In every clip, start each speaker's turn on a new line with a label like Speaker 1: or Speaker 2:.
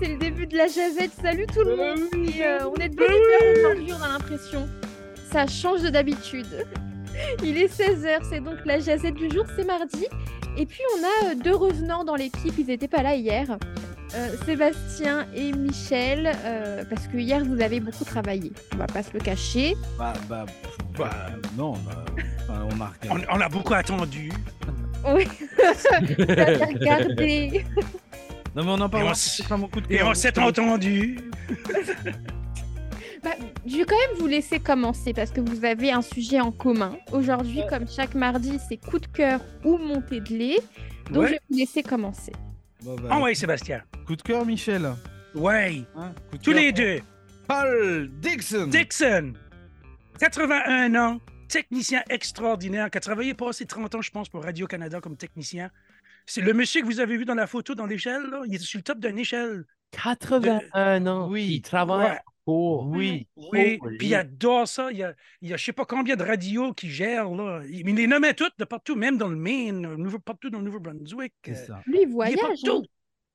Speaker 1: c'est le début de la jazette. Salut tout le
Speaker 2: Euh,
Speaker 1: monde.
Speaker 2: oui.
Speaker 1: Et, euh, on est de bonne
Speaker 2: Euh, oui.
Speaker 1: humeur aujourd'hui, on a l'impression. Ça change de d'habitude. Il est 16h, c'est donc la jazette du jour, c'est mardi. Et puis on a euh, deux revenants dans l'équipe, ils n'étaient pas là hier. Euh, Sébastien et Michel, euh, parce que hier vous avez beaucoup travaillé. On va pas se le cacher.
Speaker 3: Bah, bah, pff, bah, non, bah, enfin, on a
Speaker 2: On,
Speaker 3: regardé.
Speaker 2: on a beaucoup attendu.
Speaker 1: Oui, vous avez regardé.
Speaker 3: Non, mais on en
Speaker 2: Et on
Speaker 3: parle.
Speaker 2: s-
Speaker 3: C'est pas mon coup de
Speaker 2: Et
Speaker 3: cœur.
Speaker 2: on s'est entendu.
Speaker 1: Bah, je vais quand même vous laisser commencer parce que vous avez un sujet en commun. Aujourd'hui, comme chaque mardi, c'est coup de cœur ou montée de lait. Donc
Speaker 2: Ouais.
Speaker 1: je vais vous laisser commencer.
Speaker 3: Bon, bah,
Speaker 2: Envoyez Sébastien.
Speaker 3: Coup de cœur, Michel.
Speaker 2: Ouais.
Speaker 3: Hein, coup de
Speaker 2: Tous
Speaker 3: cœur.
Speaker 2: les deux.
Speaker 3: Paul Dixon.
Speaker 2: Dixon, 81 ans, technicien extraordinaire, qui a travaillé pour ses 30 ans, je pense, pour Radio-Canada comme technicien. C'est le monsieur que vous avez vu dans la photo dans l'échelle, là, il est sur le top d'une échelle.
Speaker 4: 81 ans.
Speaker 3: Oui.
Speaker 4: puis Il travaille
Speaker 2: Ouais.
Speaker 4: pour. Oh,
Speaker 3: Oui.
Speaker 2: Oui,
Speaker 4: Holy.
Speaker 2: puis il adore ça. Il y a, il y a je sais pas combien de radios qu'il gère. Là. Il, il les nommait toutes de partout, même dans le Maine, au Nouveau- partout dans le Nouveau-Brunswick.
Speaker 3: C'est
Speaker 2: Euh,
Speaker 3: ça.
Speaker 1: Lui il
Speaker 2: Il est
Speaker 1: voyage. hein.
Speaker 2: partout.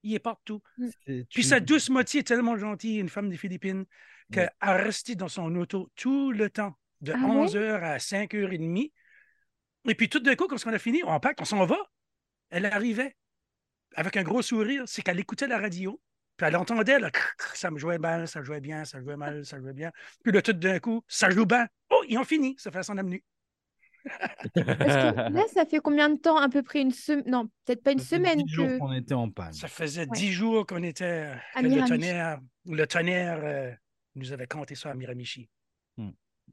Speaker 2: Il est partout.
Speaker 3: C'est-
Speaker 2: Puis
Speaker 3: tu-
Speaker 2: sa douce moitié est tellement gentille, une femme des Philippines,
Speaker 3: Ouais.
Speaker 2: qu'elle a resté dans son auto tout le temps, de
Speaker 1: Ah ouais?
Speaker 2: 11h à 5h30. Et puis tout d'un coup, quand on a fini, on pacte, on s'en va. Elle arrivait avec un gros sourire, c'est qu'elle écoutait la radio, puis elle entendait, là, Crrr, crrr, ça me jouait mal, ça jouait bien, ça jouait mal, ça jouait bien. Puis là, tout d'un coup, ça joue bien. Oh, ils ont fini, ça fait son amener.
Speaker 1: hein. Parce que là, ça fait combien de temps À peu près une semaine. Non, peut-être pas une
Speaker 3: ça fait
Speaker 1: semaine.
Speaker 3: 10 jours
Speaker 1: que-
Speaker 3: qu'on était en panne.
Speaker 2: Ça faisait
Speaker 1: Ah, Ouais.
Speaker 2: dix jours qu'on était.
Speaker 1: À
Speaker 2: que le
Speaker 1: Miramichi.
Speaker 2: tonnerre, le tonnerre euh, nous avait compté ça à Miramichi.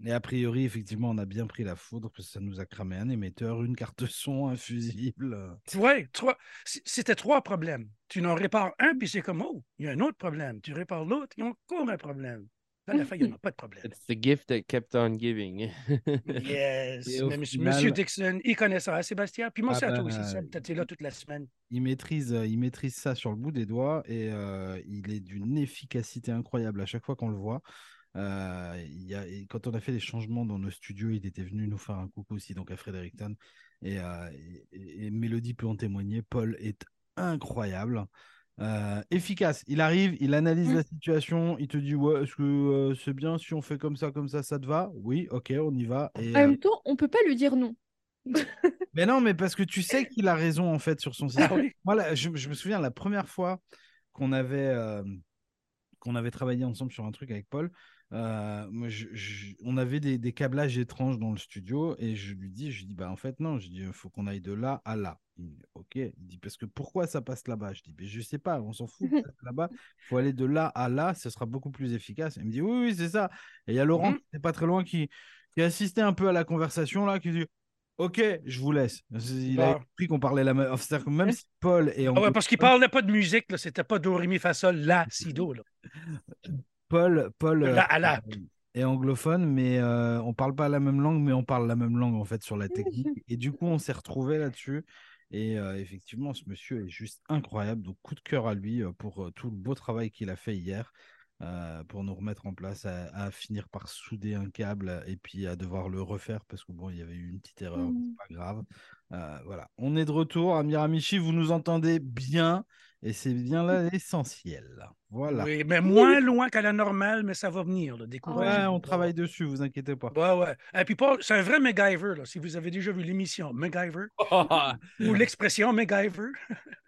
Speaker 3: Et a priori, effectivement, on a bien pris la foudre parce que ça nous a cramé un émetteur, une carte son, un fusible.
Speaker 2: Oui, trois. c- C'était trois problèmes. Tu en répares un, puis c'est comme, oh, il y a un autre problème. Tu répares l'autre, il y a encore un problème. Là, à la fin, il n'y en a pas de problème.
Speaker 4: It's the gift that kept on giving.
Speaker 2: Yes.
Speaker 3: Et au
Speaker 2: Mais monsieur-
Speaker 3: final-
Speaker 2: Monsieur Dixon, il connaît ça, hein, Sébastien. Puis moi,
Speaker 3: Ah
Speaker 2: c'est à toi
Speaker 3: ben,
Speaker 2: aussi,
Speaker 3: euh,
Speaker 2: Seb. T'as été là toute la semaine.
Speaker 3: Il maîtrise, euh, il maîtrise ça sur le bout des doigts et euh, il est d'une efficacité incroyable à chaque fois qu'on le voit. Euh, il y a- et quand on a fait les changements dans nos studios, il était venu nous faire un coucou aussi, donc à Fredericton. Et, euh, et- et- et Mélodie peut en témoigner. Paul est incroyable. Euh, efficace, il arrive, il analyse
Speaker 1: Mm.
Speaker 3: la situation, il te dit ouais, est-ce que euh, c'est bien si on fait comme ça, comme ça, ça te va? Oui, ok, on y va. Et,
Speaker 1: En
Speaker 3: euh,
Speaker 1: même temps, on peut pas lui dire non.
Speaker 3: mais non, mais parce que tu sais qu'il a raison en fait sur son système.
Speaker 2: Ah oui.
Speaker 3: Moi, la- je, je me souviens la première fois qu'on avait, euh, qu'on avait travaillé ensemble sur un truc avec Paul, euh, moi, je- je- on avait des, des câblages étranges dans le studio et je lui dis, je lui dis, bah en fait non, je dis, il faut qu'on aille de là à là. Il me dit, ok, il dit, parce que pourquoi ça passe là-bas? Je dis, mais je sais pas, on s'en fout, ça passe là-bas, il faut aller de là à là, ce sera beaucoup plus efficace. Il me dit, oui, oui, c'est ça. Et il y a Laurent,
Speaker 2: Mhm.
Speaker 3: qui n'est pas très loin, qui, qui assistait un peu à la conversation là, qui dit, Ok, je vous laisse. Il a
Speaker 2: Bah.
Speaker 3: compris qu'on parlait la même. enfin, c'est-à-dire que Même si Paul est en
Speaker 2: Ah ouais, parce qu'il ne parlait pas de musique, là. C'était pas Do, Ré, Mi, Fa, Sol, La, Si, Do. Là.
Speaker 3: Paul, Paul euh,
Speaker 2: Là, à la.
Speaker 3: est anglophone, mais euh, on parle pas la même langue, mais on parle la même langue en fait sur la technique. Et du coup, on s'est retrouvé là-dessus. Et euh, effectivement, ce monsieur est juste incroyable. Donc, coup de cœur à lui euh, pour euh, tout le beau travail qu'il a fait hier euh, pour nous remettre en place, à, à finir par souder un câble et puis à devoir le refaire parce que bon, il y avait eu une petite erreur, mais
Speaker 1: Mhm.
Speaker 3: c'est pas grave. Euh, voilà, on est de retour à Miramichi. Vous nous entendez bien et c'est bien là l'essentiel. Voilà.
Speaker 2: Oui, mais moins loin qu'à la normale, mais ça va venir, là, découragez-vous
Speaker 3: Ouais, on
Speaker 2: pas.
Speaker 3: travaille dessus, vous inquiétez pas.
Speaker 2: Ouais, ouais. Et puis, Paul, c'est un vrai MacGyver, là, si vous avez déjà vu l'émission MacGyver ou l'expression MacGyver.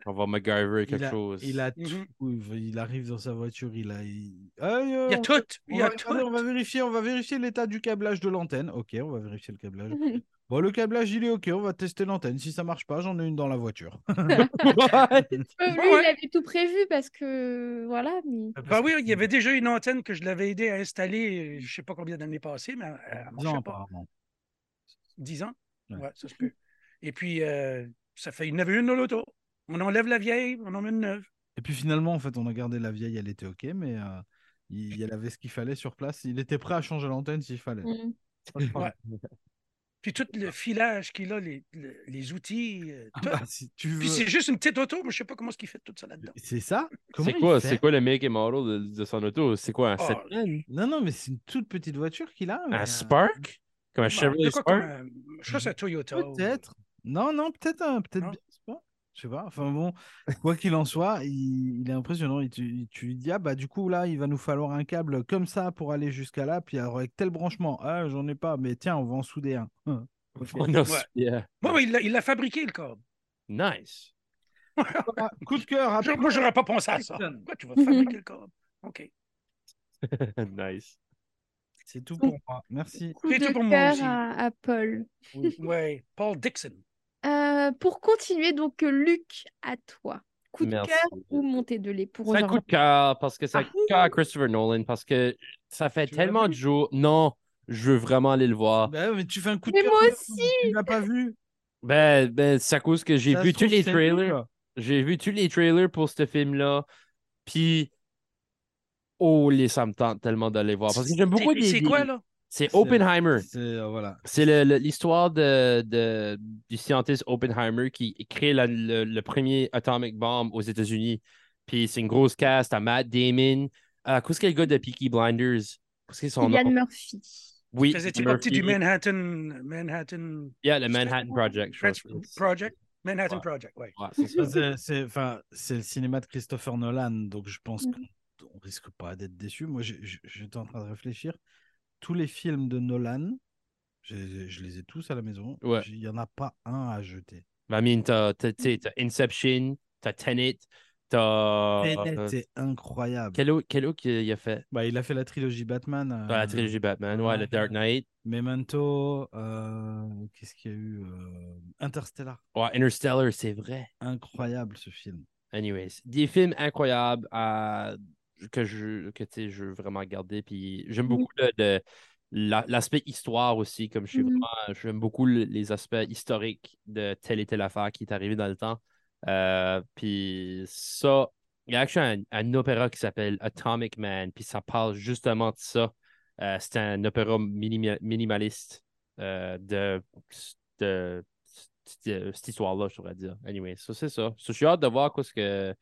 Speaker 4: on va MacGyver quelque
Speaker 3: il a,
Speaker 4: chose.
Speaker 3: il a
Speaker 2: Mhm.
Speaker 3: tout. Il arrive dans sa voiture. Il a. Il, Aïe, euh,
Speaker 2: Il y a
Speaker 3: on-
Speaker 2: tout.
Speaker 3: On,
Speaker 2: Il y a
Speaker 3: va regarder, on
Speaker 2: tout.
Speaker 3: va vérifier. On va vérifier l'état du câblage de l'antenne. Ok, on va vérifier le câblage.
Speaker 2: Mhm.
Speaker 3: Bon, le câblage, il est ok. On va tester l'antenne. Si ça marche pas, j'en ai une dans la voiture.
Speaker 1: Euh, lui,
Speaker 2: Ouais.
Speaker 1: il avait tout prévu parce que voilà. Mais...
Speaker 2: Ben oui, il y avait déjà une antenne que je l'avais aidé à installer, euh, je ne sais pas combien d'années passées, mais euh, elle
Speaker 3: Non,
Speaker 2: marchait pas.
Speaker 3: apparemment.
Speaker 2: 10 ans?
Speaker 3: Ouais.
Speaker 2: Ouais, ça se peut. Et puis, euh, ça fait, il y en avait une dans l'auto. On enlève la vieille, on en met une neuve.
Speaker 3: Et puis finalement, en fait, on a gardé la vieille. Elle était ok, mais euh, il, elle avait ce qu'il fallait sur place. Il était prêt à changer l'antenne s'il fallait.
Speaker 2: Mhm.
Speaker 1: Mm.
Speaker 2: Ouais. Puis tout le filage qu'il a, les, le- les outils, euh,
Speaker 3: Ah
Speaker 2: tout.
Speaker 3: bah, si tu
Speaker 2: Puis
Speaker 3: veux.
Speaker 2: c'est juste une petite auto, mais je ne sais pas comment ce qu'il fait tout ça là-dedans.
Speaker 3: C'est ça Comment
Speaker 4: C'est
Speaker 3: il
Speaker 4: quoi,
Speaker 3: fait
Speaker 4: c'est quoi le make et model de, de son auto? C'est quoi, un,
Speaker 3: Ah,
Speaker 2: Oh,
Speaker 4: sept-
Speaker 3: Non, non, mais c'est une toute petite voiture qu'il a. mais,
Speaker 4: un
Speaker 3: euh,
Speaker 4: Spark? Comme un
Speaker 2: bah,
Speaker 4: Chevrolet
Speaker 2: de quoi
Speaker 4: Spark?
Speaker 3: Mhm.
Speaker 2: comme un- je crois que c'est un Toyota. ou-
Speaker 3: Peut-être. Non, non, peut-être. un- Peut-être
Speaker 2: Non.
Speaker 3: bien, c'est pas- Je sais pas. Enfin bon, quoi qu'il en soit, il, il est impressionnant. Il, tu, il- tu lui dis, ah bah du coup là, il va nous falloir un câble comme ça pour aller jusqu'à là, puis alors, avec tel branchement, ah j'en ai pas, mais tiens, on va en souder un. Hein. Ok.
Speaker 4: On a-
Speaker 2: Ouais.
Speaker 4: Oh, Yeah.
Speaker 2: Moi, oui, il l'a- il l'a fabriqué, le câble.
Speaker 4: Nice.
Speaker 3: Ah, Coup de cœur,
Speaker 2: Je-
Speaker 3: après,
Speaker 2: Moi, j'aurais pas pensé à ça.
Speaker 3: Jackson.
Speaker 2: Pourquoi tu vas fabriquer le câble? OK.
Speaker 4: nice.
Speaker 3: c'est tout pour moi. Merci.
Speaker 1: Coup
Speaker 2: C'est
Speaker 1: de
Speaker 2: tout pour moi
Speaker 1: cœur
Speaker 2: aussi.
Speaker 1: à, à Paul.
Speaker 2: Ouais, Paul Dixon.
Speaker 1: Euh, pour continuer, donc, euh, Luc, à toi. Coup de
Speaker 4: Merci.
Speaker 1: cœur ou montée de lait pour
Speaker 4: C'est un
Speaker 1: aujourd'hui
Speaker 4: coup de cœur parce que c'est un
Speaker 1: Ah.
Speaker 4: coup de cœur à Christopher Nolan parce que ça fait
Speaker 3: Tu l'as
Speaker 4: tellement de
Speaker 3: vu?
Speaker 4: jours. Non, je veux vraiment aller le voir.
Speaker 3: Bah ouais, mais tu fais un coup
Speaker 1: Mais
Speaker 3: de cœur.
Speaker 1: moi
Speaker 3: tu l'as- Tu l'as pas vu.
Speaker 4: Ben, ben c'est à cause que j'ai
Speaker 3: Ça
Speaker 4: vu
Speaker 3: se
Speaker 4: tous
Speaker 3: trouve,
Speaker 4: les
Speaker 3: c'est
Speaker 4: trailers.
Speaker 3: nul.
Speaker 4: J'ai vu tous les trailers pour ce film-là. Puis, oh, les, ça me tente tellement d'aller voir. Parce que j'aime beaucoup
Speaker 2: C'est-
Speaker 4: les.
Speaker 2: C'est quoi, là?
Speaker 4: C'est
Speaker 3: C'est-
Speaker 4: Oppenheimer.
Speaker 3: C'est euh, voilà.
Speaker 4: C'est le- le- l'histoire de, de- du scientiste Oppenheimer qui crée la- le, le premier atomic bomb aux États-Unis. Puis c'est une grosse cast à Matt Damon. Euh, Qu'est-ce qu'il y a le gars de Peaky Blinders? Qu'est-ce qu'il son nom?
Speaker 1: Yann Murphy.
Speaker 4: Oui,
Speaker 2: Faisais-tu
Speaker 4: Murphy.
Speaker 2: partie du Manhattan, Manhattan
Speaker 4: Yeah, le Manhattan Project. je pense.
Speaker 2: Trans- Project? Manhattan
Speaker 4: Ouais.
Speaker 2: Project, oui.
Speaker 4: Ouais, c'est ça.
Speaker 3: Ça, Bah, c'est- C'est enfin, c'est le cinéma de Christopher Nolan, donc je pense
Speaker 1: Mhm.
Speaker 3: qu'on on risque pas d'être déçu. Moi, j'ai- j'ai- j'étais en train de réfléchir. Tous les films de Nolan, j'ai- je les ai tous à la maison.
Speaker 4: Ouais.
Speaker 3: J'ai- Il y en a pas un à jeter.
Speaker 4: I mean, t'as t'as- t'sais, t'as Inception, t'as Tenet, t'as.
Speaker 3: Tenet,
Speaker 4: euh,
Speaker 3: c'est incroyable.
Speaker 4: Quel autre, quel autre il a fait?
Speaker 3: Bah, il a fait la trilogie Batman,
Speaker 4: Dans la
Speaker 3: euh,
Speaker 4: trilogie Batman, ouais,
Speaker 3: ouais.
Speaker 4: le Dark Knight,
Speaker 3: Memento, euh, qu'est-ce qu'il y a eu euh, Interstellar.
Speaker 4: ouais, Interstellar, c'est vrai.
Speaker 3: Incroyable ce film.
Speaker 4: Anyways, des films incroyables euh, que je que tu sais, je veux vraiment garder. Puis j'aime
Speaker 1: Mhm.
Speaker 4: beaucoup le- le- la- l'aspect histoire aussi, comme je suis
Speaker 1: Mhm.
Speaker 4: vraiment- Euh, j'aime beaucoup le- les aspects historiques de telle et telle affaire qui est arrivée dans le temps. Euh, puis ça, il y a actually un, un opéra qui s'appelle Atomic Man, puis ça parle justement de ça. Euh, c'est un opéra minima- minimaliste euh, de, de- de- cette histoire-là, je pourrais dire. Anyway, ça c'est ça. So, je suis hâte de voir quoi ce que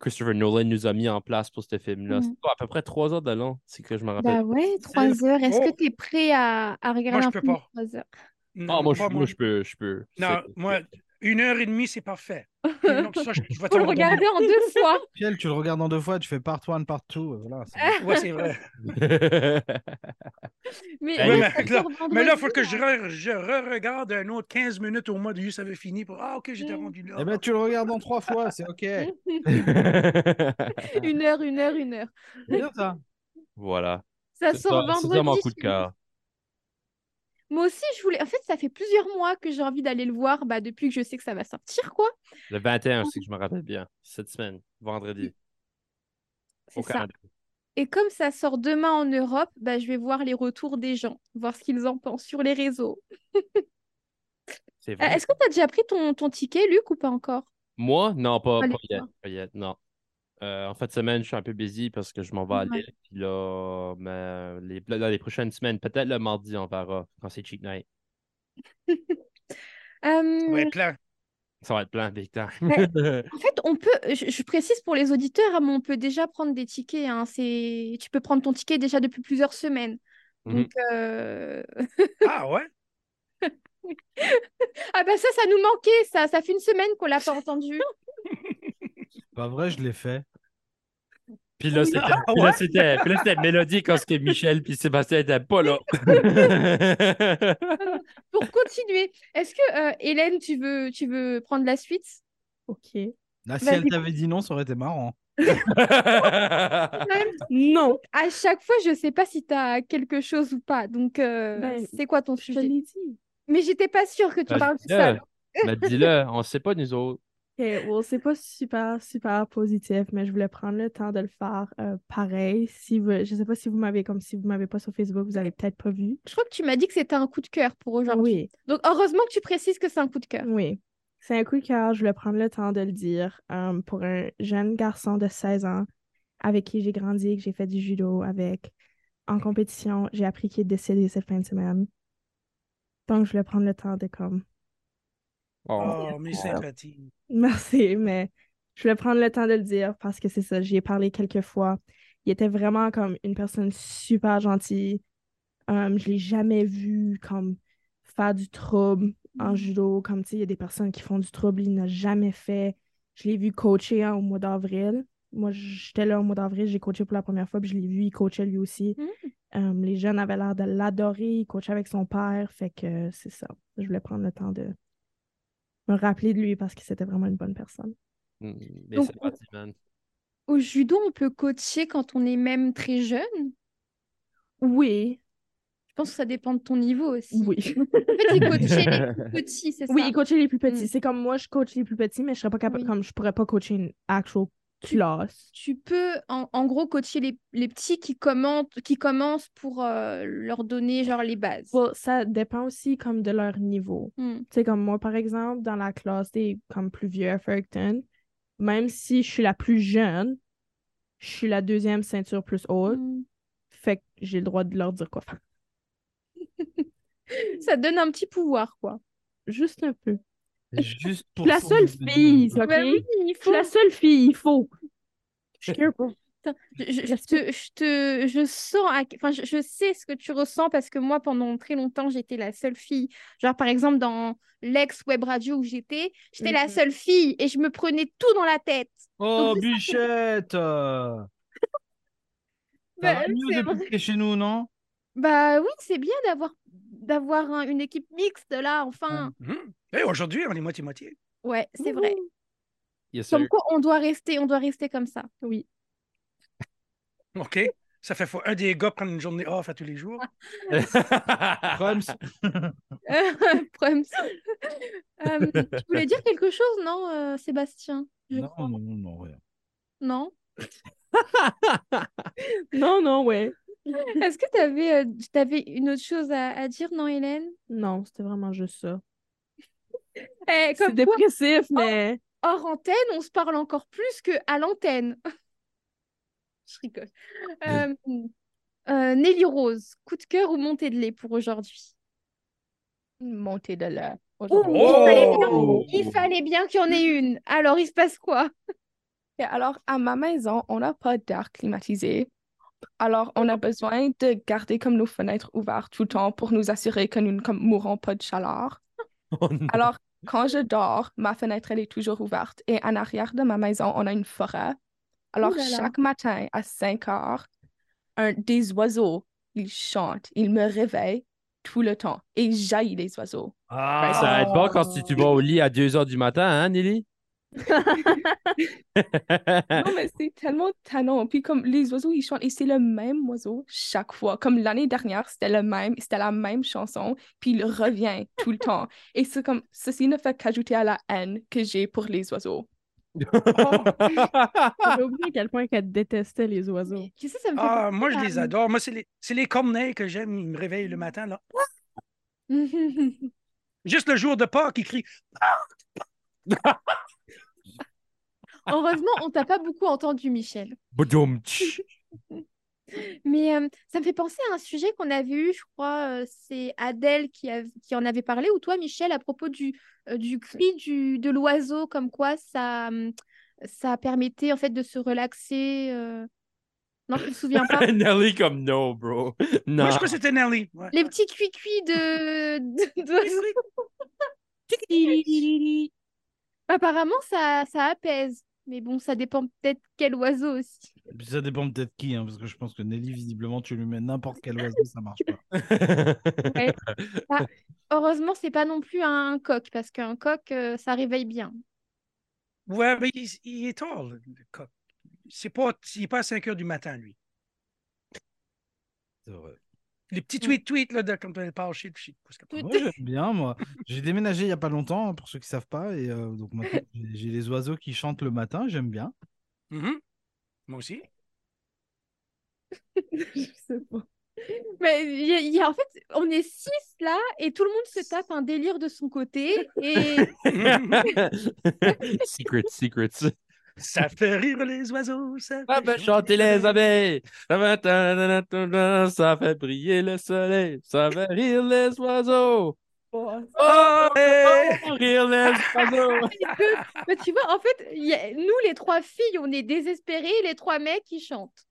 Speaker 4: Christopher Nolan nous a mis en place pour ce film-là.
Speaker 1: Mhm.
Speaker 4: C'est quoi, à peu près trois heures de long, c'est que je me rappelle.
Speaker 1: Bah ouais,
Speaker 3: C'est-
Speaker 1: 3 heures. Est-ce que
Speaker 2: Oh.
Speaker 1: tu es prêt à, à regarder
Speaker 2: je
Speaker 1: un
Speaker 2: peux
Speaker 1: film de
Speaker 2: pas.
Speaker 1: 3 heures
Speaker 4: Ah,
Speaker 2: Non,
Speaker 4: moi, je,
Speaker 2: pas
Speaker 4: moi, je peux. Je peux.
Speaker 2: Non,
Speaker 4: C'est-
Speaker 2: moi, une heure et demie, c'est parfait. Plus long que ça, je, je vais
Speaker 1: Faut le
Speaker 2: tomber.
Speaker 1: regarder en deux fois.
Speaker 3: Michel, tu le regardes en deux fois, tu fais part one, part two. euh, Voilà, c'est-
Speaker 2: Ouais, c'est vrai.
Speaker 1: Mais,
Speaker 4: Ouais,
Speaker 1: mais
Speaker 2: mais
Speaker 1: ça sort
Speaker 2: là- Mais là, il
Speaker 1: vendredi,
Speaker 2: faut que je, re- je re-regarde un autre 15 minutes au mois de lui, ça avait fini pour Ah, ok, j'étais
Speaker 1: Mm.
Speaker 2: rendu là.
Speaker 3: Eh ben, tu le regardes en trois fois, c'est OK. C'est
Speaker 1: Une heure, une heure, une heure.
Speaker 3: bien ça.
Speaker 4: voilà.
Speaker 1: Ça
Speaker 4: C'est
Speaker 1: sort
Speaker 4: ça- c'est ça
Speaker 1: vendredi.
Speaker 4: mon coup de
Speaker 1: chez
Speaker 4: cœur.
Speaker 1: nous. Moi aussi, je voulais. En fait, ça fait plusieurs mois que j'ai envie d'aller le voir, bah, depuis que je sais que ça va sortir, quoi.
Speaker 4: Le 21, c'est que je me rappelle bien. Cette semaine, vendredi,
Speaker 1: C'est
Speaker 4: au
Speaker 1: ça.
Speaker 4: Canada.
Speaker 1: Et comme ça sort demain en Europe, bah, je vais voir les retours des gens, voir ce qu'ils en pensent sur les réseaux.
Speaker 4: C'est
Speaker 2: Mmh.
Speaker 1: Euh,
Speaker 4: vrai.
Speaker 1: Est-ce que tu as déjà pris ton, ton ticket, Luc, ou pas encore
Speaker 4: Moi, non, pas,
Speaker 1: Pas les
Speaker 4: pas yet,
Speaker 1: soirs.
Speaker 4: pas yet, non. Euh, en fin de semaine, je suis un peu busy parce que je m'en vais à
Speaker 1: Ouais.
Speaker 4: Lille. Puis là, mais les, là, dans les prochaines semaines, peut-être le mardi, on verra quand c'est cheap night.
Speaker 1: Euh,
Speaker 2: Ça va être là.
Speaker 4: Ça va être plein, big time.
Speaker 1: En fait, on peut, je, je précise pour les auditeurs, hein, mais on peut déjà prendre des tickets. hein, c'est, tu peux prendre ton ticket déjà depuis plusieurs semaines. Donc, euh,
Speaker 2: Ah, ouais?
Speaker 1: ah bah ça, ça nous manquait. Ça, ça fait une semaine qu'on l'a pas entendu.
Speaker 3: Pas vrai, je l'ai fait.
Speaker 4: Puis là, c'était,
Speaker 2: Ah,
Speaker 4: puis là,
Speaker 2: ouais?
Speaker 4: c'était, puis là, c'était Mélodie quand ce que Michel puis Sébastien n'étaient pas là.
Speaker 1: Pour continuer, est-ce que euh, Hélène, tu veux, tu veux prendre la suite Ok.
Speaker 3: Là, si
Speaker 1: Vas-y.
Speaker 3: elle t'avait dit non, ça aurait été marrant.
Speaker 5: Non,
Speaker 1: À chaque fois, je sais pas si tu as quelque chose ou pas. Donc, euh,
Speaker 5: Ben,
Speaker 1: c'est quoi ton
Speaker 5: je
Speaker 1: sujet
Speaker 5: l'ai dit.
Speaker 1: Mais j'étais pas sûre que tu
Speaker 4: Ben,
Speaker 1: parles de ça.
Speaker 4: dis-le. Ben, dis-le, on sait pas nous autres.
Speaker 5: Ok, well, c'est pas super, super positif, mais je voulais prendre le temps de le faire euh, pareil. Si vous, je sais pas si vous m'avez, comme si vous m'avez pas sur Facebook, vous avez peut-être pas vu.
Speaker 1: Je crois que tu m'as dit que c'était un coup de cœur pour aujourd'hui.
Speaker 5: Ah Oui,
Speaker 1: Donc, heureusement que tu précises que c'est un coup de cœur.
Speaker 5: oui. C'est un coup de cœur, je voulais prendre le temps de le dire euh, pour un jeune garçon de 16 ans avec qui j'ai grandi, que j'ai fait du judo avec. En compétition, j'ai appris qu'il est décédé cette fin de semaine. Donc, je voulais prendre le temps de comme
Speaker 2: Oh, mes sympathies.
Speaker 5: Merci, mais je voulais prendre le temps de le dire parce que c'est ça, j'y ai parlé quelques fois. Il était vraiment comme une personne Hum, super gentille. Euh, je l'ai jamais vu comme faire du trouble. en judo. Comme tu sais, il y a des personnes qui font du trouble, il n'a jamais fait. Je l'ai vu coacher hein, au mois d'avril. Moi, j'étais là au mois d'avril, j'ai coaché pour la première fois, puis je l'ai vu, il coachait lui aussi. Euh, les jeunes avaient l'air de l'adorer, il coachait avec son père, fait que euh, c'est ça. Je voulais prendre le temps de me rappeler de lui parce que c'était vraiment une bonne personne.
Speaker 4: Mm, mais
Speaker 1: Donc,
Speaker 4: c'est parti, man.
Speaker 1: Au judo, on peut coacher quand on est même très jeune.
Speaker 5: Oui,
Speaker 1: Je pense que ça dépend de ton niveau aussi.
Speaker 5: oui.
Speaker 1: En fait, c'est coacher les plus petits, c'est ça
Speaker 5: Oui, il coachait les plus petits.
Speaker 1: Mm.
Speaker 5: C'est comme moi, je coach les plus petits, mais je serais pas capable,
Speaker 1: Oui.
Speaker 5: comme je pourrais pas coacher une actual classe.
Speaker 1: tu peux en, en gros coacher les, les petits qui commentent, qui commencent pour euh, leur donner genre les bases.
Speaker 5: Well, ça dépend aussi comme de leur niveau.
Speaker 1: Hmm.
Speaker 5: Tu sais, comme moi, par exemple, dans la classe des comme plus vieux à Fredericton, même si je suis la plus jeune, je suis la deuxième ceinture plus haute,
Speaker 1: Hmm.
Speaker 5: fait que j'ai le droit de leur dire quoi faire.
Speaker 1: Ça donne un petit pouvoir quoi.
Speaker 5: Juste un peu.
Speaker 3: Juste pour
Speaker 5: la
Speaker 3: son
Speaker 5: seule
Speaker 3: devenir.
Speaker 5: fille, ça. Ok.
Speaker 1: Bah oui, il
Speaker 5: Je suis
Speaker 1: faut.
Speaker 5: la seule fille, il faut. Je suis careful.
Speaker 1: Je, je- je te, je te- je sens, à- enfin, je, je sais ce que tu ressens parce que moi, pendant très longtemps, j'étais la seule fille. Genre, par exemple, dans l'ex web radio où j'étais, j'étais la
Speaker 5: Mhm.
Speaker 1: seule fille et je me prenais tout dans la tête.
Speaker 3: Oh, Bichette euh, Ça
Speaker 1: Bah,
Speaker 3: va mieux
Speaker 1: c'est
Speaker 3: depuis
Speaker 1: vrai.
Speaker 3: que t'es chez nous, non
Speaker 1: Bah oui, c'est bien d'avoir d'avoir un- une équipe mixte là, enfin.
Speaker 2: Mhm. Hey, aujourd'hui, on est moitié-moitié.
Speaker 1: Ouais, c'est vrai.
Speaker 4: Yes, sir.
Speaker 1: Comme quoi, on doit rester, on doit rester comme ça.
Speaker 5: Oui.
Speaker 2: OK? Ça fait fois un des gars prendre une journée off à tous les jours.
Speaker 3: Prums,
Speaker 1: Prums. Euh, tu voulais dire quelque chose, non, euh, Sébastien? Je
Speaker 3: Non,
Speaker 1: crois.
Speaker 3: non, non, non, rien.
Speaker 1: Non?
Speaker 5: Non, non, ouais.
Speaker 1: Est-ce que tu avais, une autre chose à, à dire, non, Hélène?
Speaker 5: Non, c'était vraiment juste ça.
Speaker 1: Eh,
Speaker 5: C'est
Speaker 1: comme quoi,
Speaker 5: dépressif, mais.
Speaker 1: hors antenne, on se parle encore plus qu'à l'antenne. Je rigole. Euh, euh, Nelly Rose, coup de cœur ou montée de lait pour aujourd'hui?
Speaker 6: Une montée de l'air.
Speaker 2: Oh!
Speaker 1: Il fallait bien, il fallait bien qu'il y en ait une. Alors, il se passe quoi?
Speaker 6: Et alors, à ma maison, on n'a pas d'air climatisé. Alors, on a besoin de garder comme nos fenêtres ouvertes tout le temps pour nous assurer que nous ne comme, mourrons pas de chaleur.
Speaker 4: Oh, non.
Speaker 6: Alors, quand je dors, ma fenêtre, elle est toujours ouverte. Et en arrière de ma maison, on a une forêt. Alors,
Speaker 1: Ouh là là.
Speaker 6: chaque matin à 5 heures, un, des oiseaux, ils chantent, ils me réveillent tout le temps et jaillit les oiseaux.
Speaker 3: Ah,
Speaker 4: Ben, Ça aide pas quand tu, tu vas au lit à 2 h du matin, hein, Nelly?
Speaker 6: Non, mais c'est tellement tannant. Puis comme les oiseaux, ils chantent, et c'est le même oiseau chaque fois. Comme l'année dernière, c'était le même, c'était la même chanson, puis il revient tout le temps. Et c'est comme, ceci ne fait qu'ajouter à la haine que j'ai pour les oiseaux.
Speaker 5: J'ai oublié à quel point qu'elle détestait les oiseaux.
Speaker 1: Qu'est-ce que ça me fait
Speaker 2: Ah, moi, je les
Speaker 1: Ah.
Speaker 2: adore. Moi, c'est les, c'est les corneilles que j'aime. Ils me réveillent le matin. Là.
Speaker 1: penser?
Speaker 2: Juste le jour de Pâques, ils crient.
Speaker 1: Heureusement, on t'a pas beaucoup entendu, Michel.
Speaker 4: Boudoum, tch.
Speaker 1: Mais euh, ça me fait penser à un sujet qu'on avait eu, je crois, euh, c'est Adèle qui, av- qui en avait parlé, ou toi, Michel, à propos du, euh, du cri du, de l'oiseau, comme quoi ça, hum, ça permettait en fait de se relaxer. euh. Non, je me souviens pas.
Speaker 4: Nelly comme no, bro. Non.
Speaker 2: Moi, je crois que c'était Nelly. Ouais.
Speaker 1: Les petits cuits-cuits de... de- d'oiseaux. Apparemment, ça, ça apaise. Mais bon, ça dépend peut-être quel oiseau aussi.
Speaker 3: Puis ça dépend peut-être qui, hein, parce que je pense que Nelly, visiblement, tu lui mets n'importe quel oiseau, ça marche pas.
Speaker 1: Ouais. Heureusement, c'est pas non plus un, coq, parce qu'un coq, euh, ça réveille bien.
Speaker 2: Ouais, mais il, il est tard, le le coq. C'est pas, il est pas à 5 heures du matin, lui.
Speaker 3: C'est vrai.
Speaker 2: Les
Speaker 1: Mm.
Speaker 2: petits tweets-tweets, là, de, comme tu parles, shit, shit. pousse, comme-
Speaker 3: Moi, j'aime bien, moi. J'ai déménagé il n'y a pas longtemps, hein, pour ceux qui ne savent pas. Et euh, donc maintenant, j'ai j'ai les oiseaux qui chantent le matin, j'aime bien.
Speaker 2: Mhm. Moi aussi.
Speaker 5: Je sais pas.
Speaker 1: Mais il y a- il y a- en fait, on est six là et tout le monde se tape un délire de son côté. Et
Speaker 2: Mhm.
Speaker 4: secret, secret.
Speaker 2: ça fait rire les oiseaux. Ça
Speaker 4: Ça
Speaker 2: fait
Speaker 4: fait chanter les abeilles. Ça fait briller le soleil. Ça fait rire les oiseaux. Oh, hey, rire les oiseaux.
Speaker 1: mais tu vois, en fait, il y a- nous les trois filles, on est désespérés, les trois mecs, ils chantent.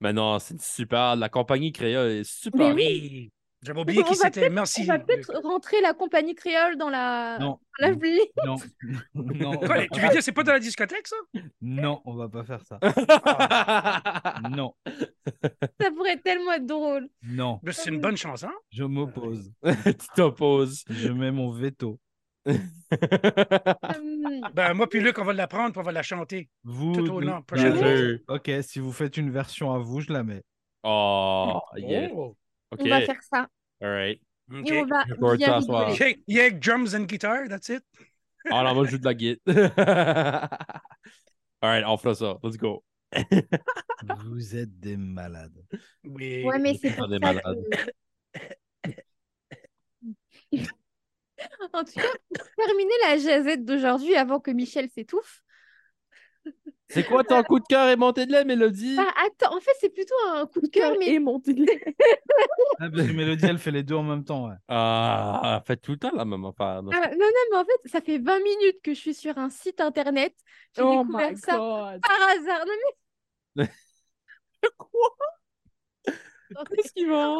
Speaker 4: Mais non, c'est super. La compagnie Créa est super.
Speaker 2: Oui. J'avais oublié
Speaker 1: On
Speaker 2: qui
Speaker 1: va
Speaker 2: c'était. Merci.
Speaker 1: On va peut-être rentrer la compagnie créole dans la.
Speaker 3: Non,
Speaker 1: dans la bli-
Speaker 3: non, non, on
Speaker 2: Quoi,
Speaker 3: va
Speaker 2: les- tu veux dire, c'est pas dans la discothèque, ça?
Speaker 3: Non, on va pas faire ça. Non,
Speaker 1: Ça pourrait tellement être drôle.
Speaker 3: non,
Speaker 2: Ben, C'est une bonne chanson.
Speaker 3: je m'oppose.
Speaker 4: tu t'opposes.
Speaker 3: Je mets mon veto.
Speaker 4: Ah.
Speaker 1: Hum,
Speaker 2: Ben, moi puis Luc, on va l'apprendre puis on va la chanter.
Speaker 3: Vous.
Speaker 2: Tout au
Speaker 3: deux-
Speaker 2: long, prochaine
Speaker 3: Bah,
Speaker 4: Jure.
Speaker 3: Ok, si vous faites une version à vous, je la mets.
Speaker 4: Oh, yeah.
Speaker 2: Oh,
Speaker 4: OK.
Speaker 1: On va faire ça.
Speaker 4: All right.
Speaker 2: OK.
Speaker 1: Et on va
Speaker 4: Record
Speaker 1: bien
Speaker 4: ça à soir.
Speaker 1: rigoler.
Speaker 2: OK. Yeah, drums and guitar, that's it.
Speaker 4: Oh non, moi, je joue de la guide. All right, on fera ça. Let's go.
Speaker 3: vous êtes des malades.
Speaker 2: Oui.
Speaker 1: Ouais, mais c'est
Speaker 4: faire
Speaker 1: pour
Speaker 4: Ah, des
Speaker 1: ça
Speaker 4: malades.
Speaker 1: que- En tout cas, pour terminer la jazette d'aujourd'hui avant que Michel s'étouffe.
Speaker 4: C'est quoi ton coup de cœur et montée de lait, Mélodie?
Speaker 1: Bah, attends, en fait, c'est plutôt un coup de cœur, mais
Speaker 6: Et mon délai.
Speaker 3: Ah, parce que Mélodie, elle fait les deux en même temps. ouais.
Speaker 4: Ah, faites tout le temps la même affaire. non?
Speaker 1: Ah, non, non, mais en fait, ça fait 20 minutes que je suis sur un site internet. J'ai
Speaker 6: Oh
Speaker 1: découvert
Speaker 6: my
Speaker 1: ça
Speaker 6: god.
Speaker 1: par hasard. Non,
Speaker 4: Quoi?
Speaker 1: mais-
Speaker 4: Qu'est-ce qui va?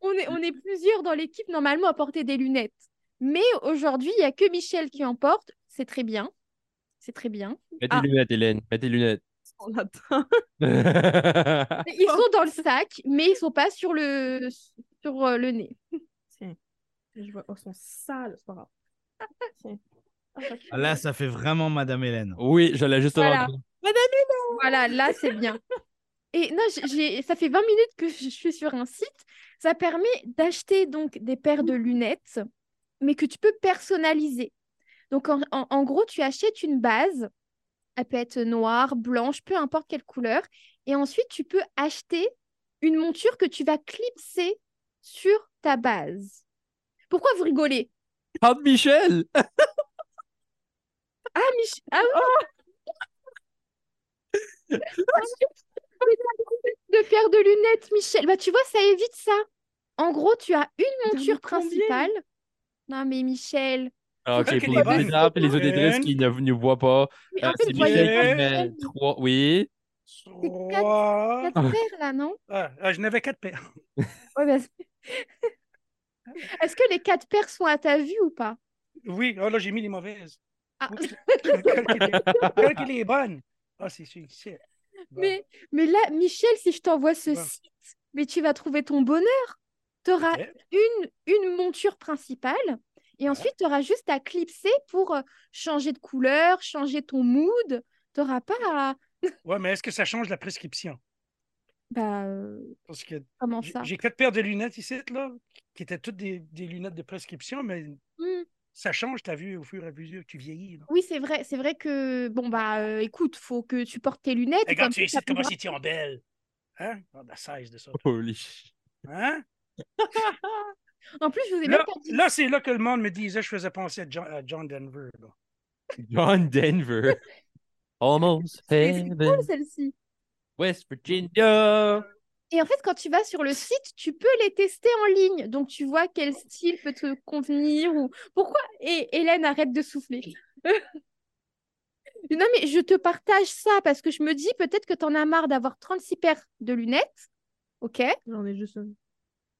Speaker 1: on, est, on est plusieurs dans l'équipe normalement à porter des lunettes. Mais aujourd'hui, il n'y a que Michel qui en porte. C'est très bien. C'est très bien.
Speaker 4: Mets tes
Speaker 1: Ah.
Speaker 4: lunettes, Hélène. Mets tes lunettes.
Speaker 6: On l'attend.
Speaker 1: Mais Ils sont dans le sac, mais ils ne sont pas sur le, sur euh, le nez.
Speaker 6: Tiens. Je vois. Oh, ils sont sales. C'est pas grave. Tiens. Ah, ok.
Speaker 3: Là, ça fait vraiment Madame Hélène.
Speaker 4: oui, j'allais justement.
Speaker 1: Voilà.
Speaker 4: dire.
Speaker 1: Voilà, là, c'est bien. Et non, j'ai- j'ai, ça fait 20 minutes que je suis sur un site. Ça permet d'acheter donc des paires de lunettes, mais que tu peux personnaliser. Donc, en, en- en gros, tu achètes une base. Elle peut être noire, blanche, peu importe quelle couleur. Et ensuite, tu peux acheter une monture que tu vas clipser sur ta base. Pourquoi vous rigolez
Speaker 4: Parle de Michel!
Speaker 1: Ah, Mich- ah oui Ah, je- de paire de lunettes, Michel. Bah, tu vois, ça évite ça. En gros, tu as une
Speaker 6: Putain,
Speaker 1: monture
Speaker 6: mais combien
Speaker 1: principale. Non, mais Michel.
Speaker 4: Ah, ok,
Speaker 2: Ok,
Speaker 4: pour
Speaker 2: les
Speaker 4: les
Speaker 2: bonnes.
Speaker 4: auditeurs et les auditrices qui ne nous voient pas,
Speaker 1: Mais
Speaker 4: euh,
Speaker 1: en fait,
Speaker 4: c'est
Speaker 1: voyez,
Speaker 4: Michel qui
Speaker 2: Michel.
Speaker 4: met trois. Oui.
Speaker 2: Trois.
Speaker 1: quatre paires là, non
Speaker 2: Ah, ah, je n'avais quatre paires.
Speaker 1: Ouais, bah, c'est- Est-ce que les quatre paires sont à ta vue ou pas
Speaker 2: Oui, oh là, j'ai mis les mauvaises.
Speaker 1: Ah.
Speaker 2: Quelle qu'elle est- quelle qu'elle est bonne? Ah, c'est celui-ci. Bon.
Speaker 1: mais, mais là, Michel, si je t'envoie ce
Speaker 2: Bon.
Speaker 1: site, mais tu vas trouver ton bonheur. Tu auras
Speaker 2: Ok.
Speaker 1: une, une monture principale et ensuite tu auras juste à clipser pour euh, changer de couleur, changer ton mood. Tu n'auras pas à.
Speaker 2: Ouais, mais est-ce que ça change la prescription?
Speaker 1: Bah, euh,
Speaker 2: Parce que
Speaker 1: comment
Speaker 2: j'ai-
Speaker 1: ça
Speaker 2: j'ai quatre paires de lunettes ici, là, qui étaient toutes des, des lunettes de prescription, mais
Speaker 1: Hmm.
Speaker 2: ça change ta vue au fur et à mesure que tu vieillis. là.
Speaker 1: Oui, c'est vrai, c'est vrai que bon bah euh, écoute, faut que tu portes tes lunettes.
Speaker 2: Eh, Regarde, tu
Speaker 1: comme
Speaker 2: es
Speaker 1: ça,
Speaker 2: ici,
Speaker 1: t'as plus
Speaker 2: comment
Speaker 1: le
Speaker 2: c'était en belle. Hein? Oh, la size de ça.
Speaker 4: Holy shit.
Speaker 2: Hein?
Speaker 1: droit. En plus, je vous ai
Speaker 2: Là,
Speaker 1: même pas dit.
Speaker 2: là, c'est là que le monde me disait que je faisais penser à John, à John Denver. là.
Speaker 4: John Denver. Almost
Speaker 1: C'est c'est
Speaker 4: heaven.
Speaker 1: cool celle-ci.
Speaker 4: West Virginia.
Speaker 1: Et en fait, quand tu vas sur le site, tu peux les tester en ligne. Donc, tu vois quel style peut te convenir ou pourquoi. Et Hélène, arrête de souffler. non, mais je te partage ça parce que je me dis peut-être que tu en as marre d'avoir 36 paires de lunettes. OK
Speaker 6: J'en ai juste une.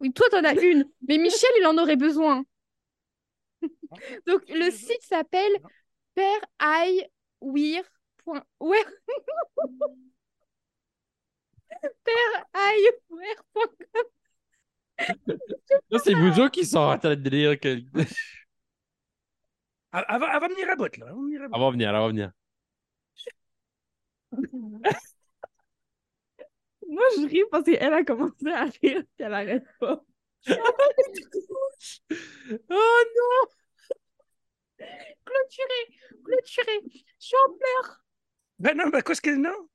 Speaker 1: Oui, toi, tu en as une. Mais Michel, il en aurait besoin. Donc, le site s'appelle paireyewear.wear. paireyewear.com.
Speaker 4: Là, c'est vous deux qui sont en train de dire que.
Speaker 2: Elle, elle Ah, va, elle va venir à bout, là. Elle va venir à bout.
Speaker 4: On va venir, on va venir.
Speaker 6: Moi, je ris parce qu'elle a commencé à rire puis elle arrête pas.
Speaker 4: Oh
Speaker 1: clôturé, clôturé. Je suis en pleurs.
Speaker 2: Ben non, ben qu'est-ce que non?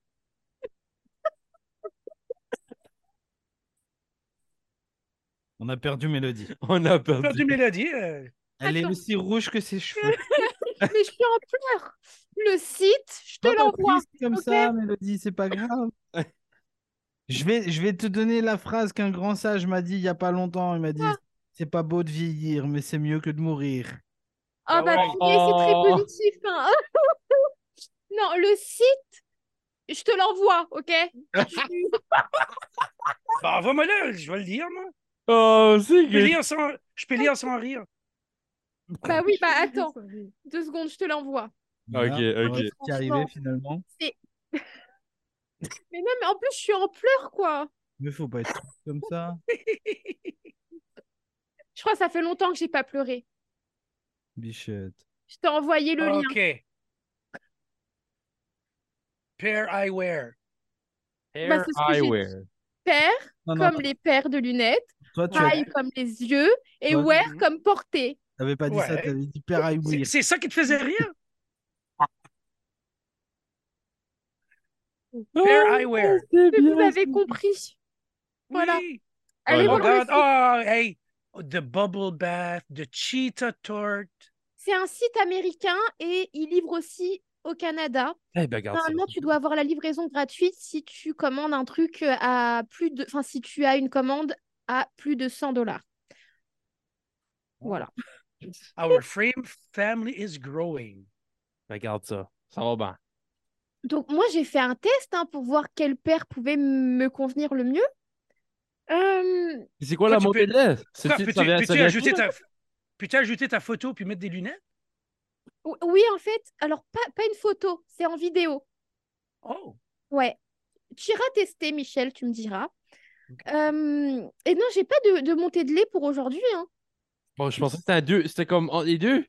Speaker 3: On a perdu Mélodie.
Speaker 4: non, on a perdu.
Speaker 2: Perdu Mélodie. euh,
Speaker 3: Elle est
Speaker 1: Attends.
Speaker 3: aussi rouge que ses cheveux.
Speaker 1: Mais je suis en pleurs. Le site, je te
Speaker 3: Pas
Speaker 1: l'envoie.
Speaker 3: triste comme
Speaker 1: ok
Speaker 3: ça, Mélodie, c'est pas grave. je, vais, je vais te donner la phrase qu'un grand sage m'a dit il y a pas longtemps. Il m'a dit C'est pas beau de vieillir, mais c'est mieux que de mourir.
Speaker 1: Ah
Speaker 2: Ah
Speaker 1: bah,
Speaker 2: ouais.
Speaker 1: purée, c'est très
Speaker 4: Oh.
Speaker 1: positif. hein. non, le site, je te l'envoie, ok
Speaker 2: Ben, envoie-moi là, Bah, je vais le dire, moi.
Speaker 4: Oh, c'est
Speaker 2: Je peux lire sans, je peux lire sans rire.
Speaker 1: Bah oui, bah attends. Deux secondes, je te l'envoie.
Speaker 3: Voilà,
Speaker 4: ok.
Speaker 3: voilà ce qui est arrivé finalement.
Speaker 1: C'est. mais non, mais en plus, je suis en pleurs, quoi.
Speaker 3: Mais faut pas être triste comme ça.
Speaker 1: Je crois que ça fait longtemps que j'ai pas pleuré.
Speaker 3: Bichette.
Speaker 1: Je t'ai envoyé
Speaker 3: Ah,
Speaker 1: le lien.
Speaker 2: OK. Pair eyewear.
Speaker 1: Bah, c'est ce que j'ai dit.
Speaker 4: eyewear.
Speaker 1: Paire,
Speaker 3: Non, non,
Speaker 1: comme les paires de lunettes.
Speaker 3: toi tu
Speaker 1: Eye, comme les yeux. Et
Speaker 3: Ouais.
Speaker 1: wear, comme porter.
Speaker 3: n'avais pas dit ça,
Speaker 2: Ouais.
Speaker 3: tu avais dit père
Speaker 2: C'est-
Speaker 3: Aïwir.
Speaker 2: C'est ça qui te faisait rire?
Speaker 1: Oh.
Speaker 2: Pair eyewear.
Speaker 1: Mais vous avez compris. Voilà.
Speaker 2: Oui.
Speaker 1: Allez,
Speaker 4: Voilà.
Speaker 2: Oh,
Speaker 1: voir le
Speaker 2: God.
Speaker 1: site.
Speaker 2: Oh, hey. The bubble bath, the cheetah tort.
Speaker 1: C'est un site américain et il livre aussi au Canada.
Speaker 4: Eh ben, regarde ça.
Speaker 1: Normalement, tu dois avoir la livraison gratuite si tu commandes un truc euh, à plus de, enfin, si tu as une commande à plus de 100 dollars. Voilà.
Speaker 2: Our frame family is growing.
Speaker 4: Regarde ça. Ça va bien.
Speaker 1: Donc moi, j'ai fait un test hein, pour voir quelle paire pouvait m- me convenir le mieux. Euh,
Speaker 4: Puis C'est quoi
Speaker 2: Toi,
Speaker 4: la
Speaker 2: tu
Speaker 4: montée
Speaker 2: peux-
Speaker 4: de l'air?
Speaker 2: Frère,
Speaker 4: C'est-
Speaker 2: Peux-tu
Speaker 4: ça vient- ça
Speaker 2: peux-tu
Speaker 4: vient-
Speaker 2: ajouter, ta... peux-tu ajouter ta photo puis mettre des lunettes?
Speaker 1: ou- oui, en fait, alors pas, pas une photo, c'est en vidéo.
Speaker 2: Oh.
Speaker 1: Ouais. Tu iras tester, Michel, tu me diras. Euh, et non, j'ai pas de, de montée de lait pour aujourd'hui. hein.
Speaker 4: Bon, je pensais que c'était un deux. C'était comme entre les deux.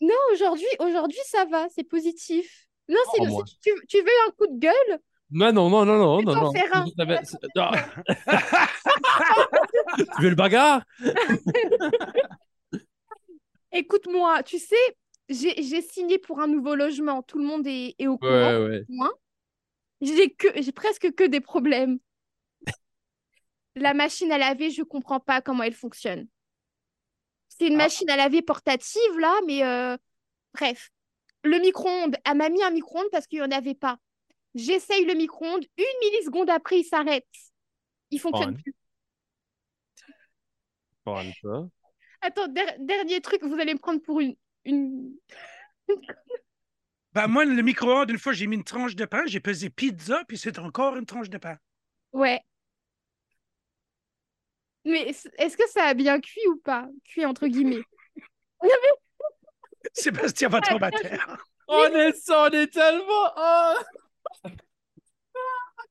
Speaker 1: Non, aujourd'hui, aujourd'hui, ça va, c'est positif. Non, c'est
Speaker 4: Oh,
Speaker 1: le-
Speaker 4: moi.
Speaker 1: si tu, tu veux un coup de gueule?
Speaker 4: Non, non, non, non, non,
Speaker 1: Je vais
Speaker 4: non,
Speaker 1: t'en
Speaker 4: non.
Speaker 1: faire un.
Speaker 4: Ça va- ça- Ah. tu veux le bagarre?
Speaker 1: Écoute-moi, tu sais, j'ai j'ai signé pour un nouveau logement. Tout le monde est, est au courant.
Speaker 4: Ouais, ouais.
Speaker 1: J'ai que, j'ai presque que des problèmes. La machine à laver, je comprends pas comment elle fonctionne. C'est une
Speaker 2: Ah.
Speaker 1: machine à laver portative là, mais euh, bref. Le micro-ondes, elle m'a mis un micro-ondes parce qu'il n'y en avait pas. J'essaye le micro-ondes, une milliseconde après, il s'arrête. Il fonctionne
Speaker 4: Fun.
Speaker 1: plus.
Speaker 4: Bon, ça.
Speaker 1: Attends, der- dernier truc, vous allez me prendre pour une, une...
Speaker 2: Ben, moi, le micro-ondes, une fois, j'ai mis une tranche de pain, j'ai pesé pizza, puis c'est encore une tranche de pain.
Speaker 1: Ouais. Mais est- est-ce que ça a bien cuit ou pas? Cuit entre guillemets.
Speaker 2: Sébastien va tomber à terre.
Speaker 4: On est ça, on est tellement. Oh,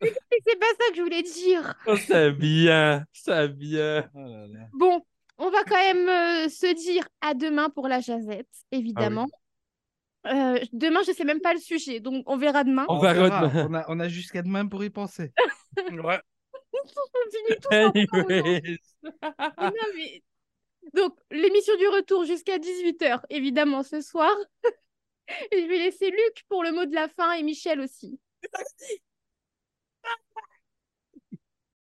Speaker 1: Mais C'est pas ça que je voulais dire.
Speaker 4: c'est bien. C'est bien.
Speaker 3: Oh là là.
Speaker 1: Bon, on va quand même euh, se dire à demain pour la jazette, évidemment. Euh, demain, je sais même pas le sujet, donc on verra demain.
Speaker 4: On
Speaker 3: On,
Speaker 4: va
Speaker 3: verra,
Speaker 4: redemain.
Speaker 3: on a, on a jusqu'à demain pour y penser.
Speaker 2: Ouais.
Speaker 1: On finit tous en pleurant aujourd'hui.
Speaker 4: Anyways.
Speaker 1: Mais non, mais- Donc, l'émission du retour jusqu'à 18h, évidemment, ce soir. Et je vais laisser Luc pour le mot de la fin et Michel aussi.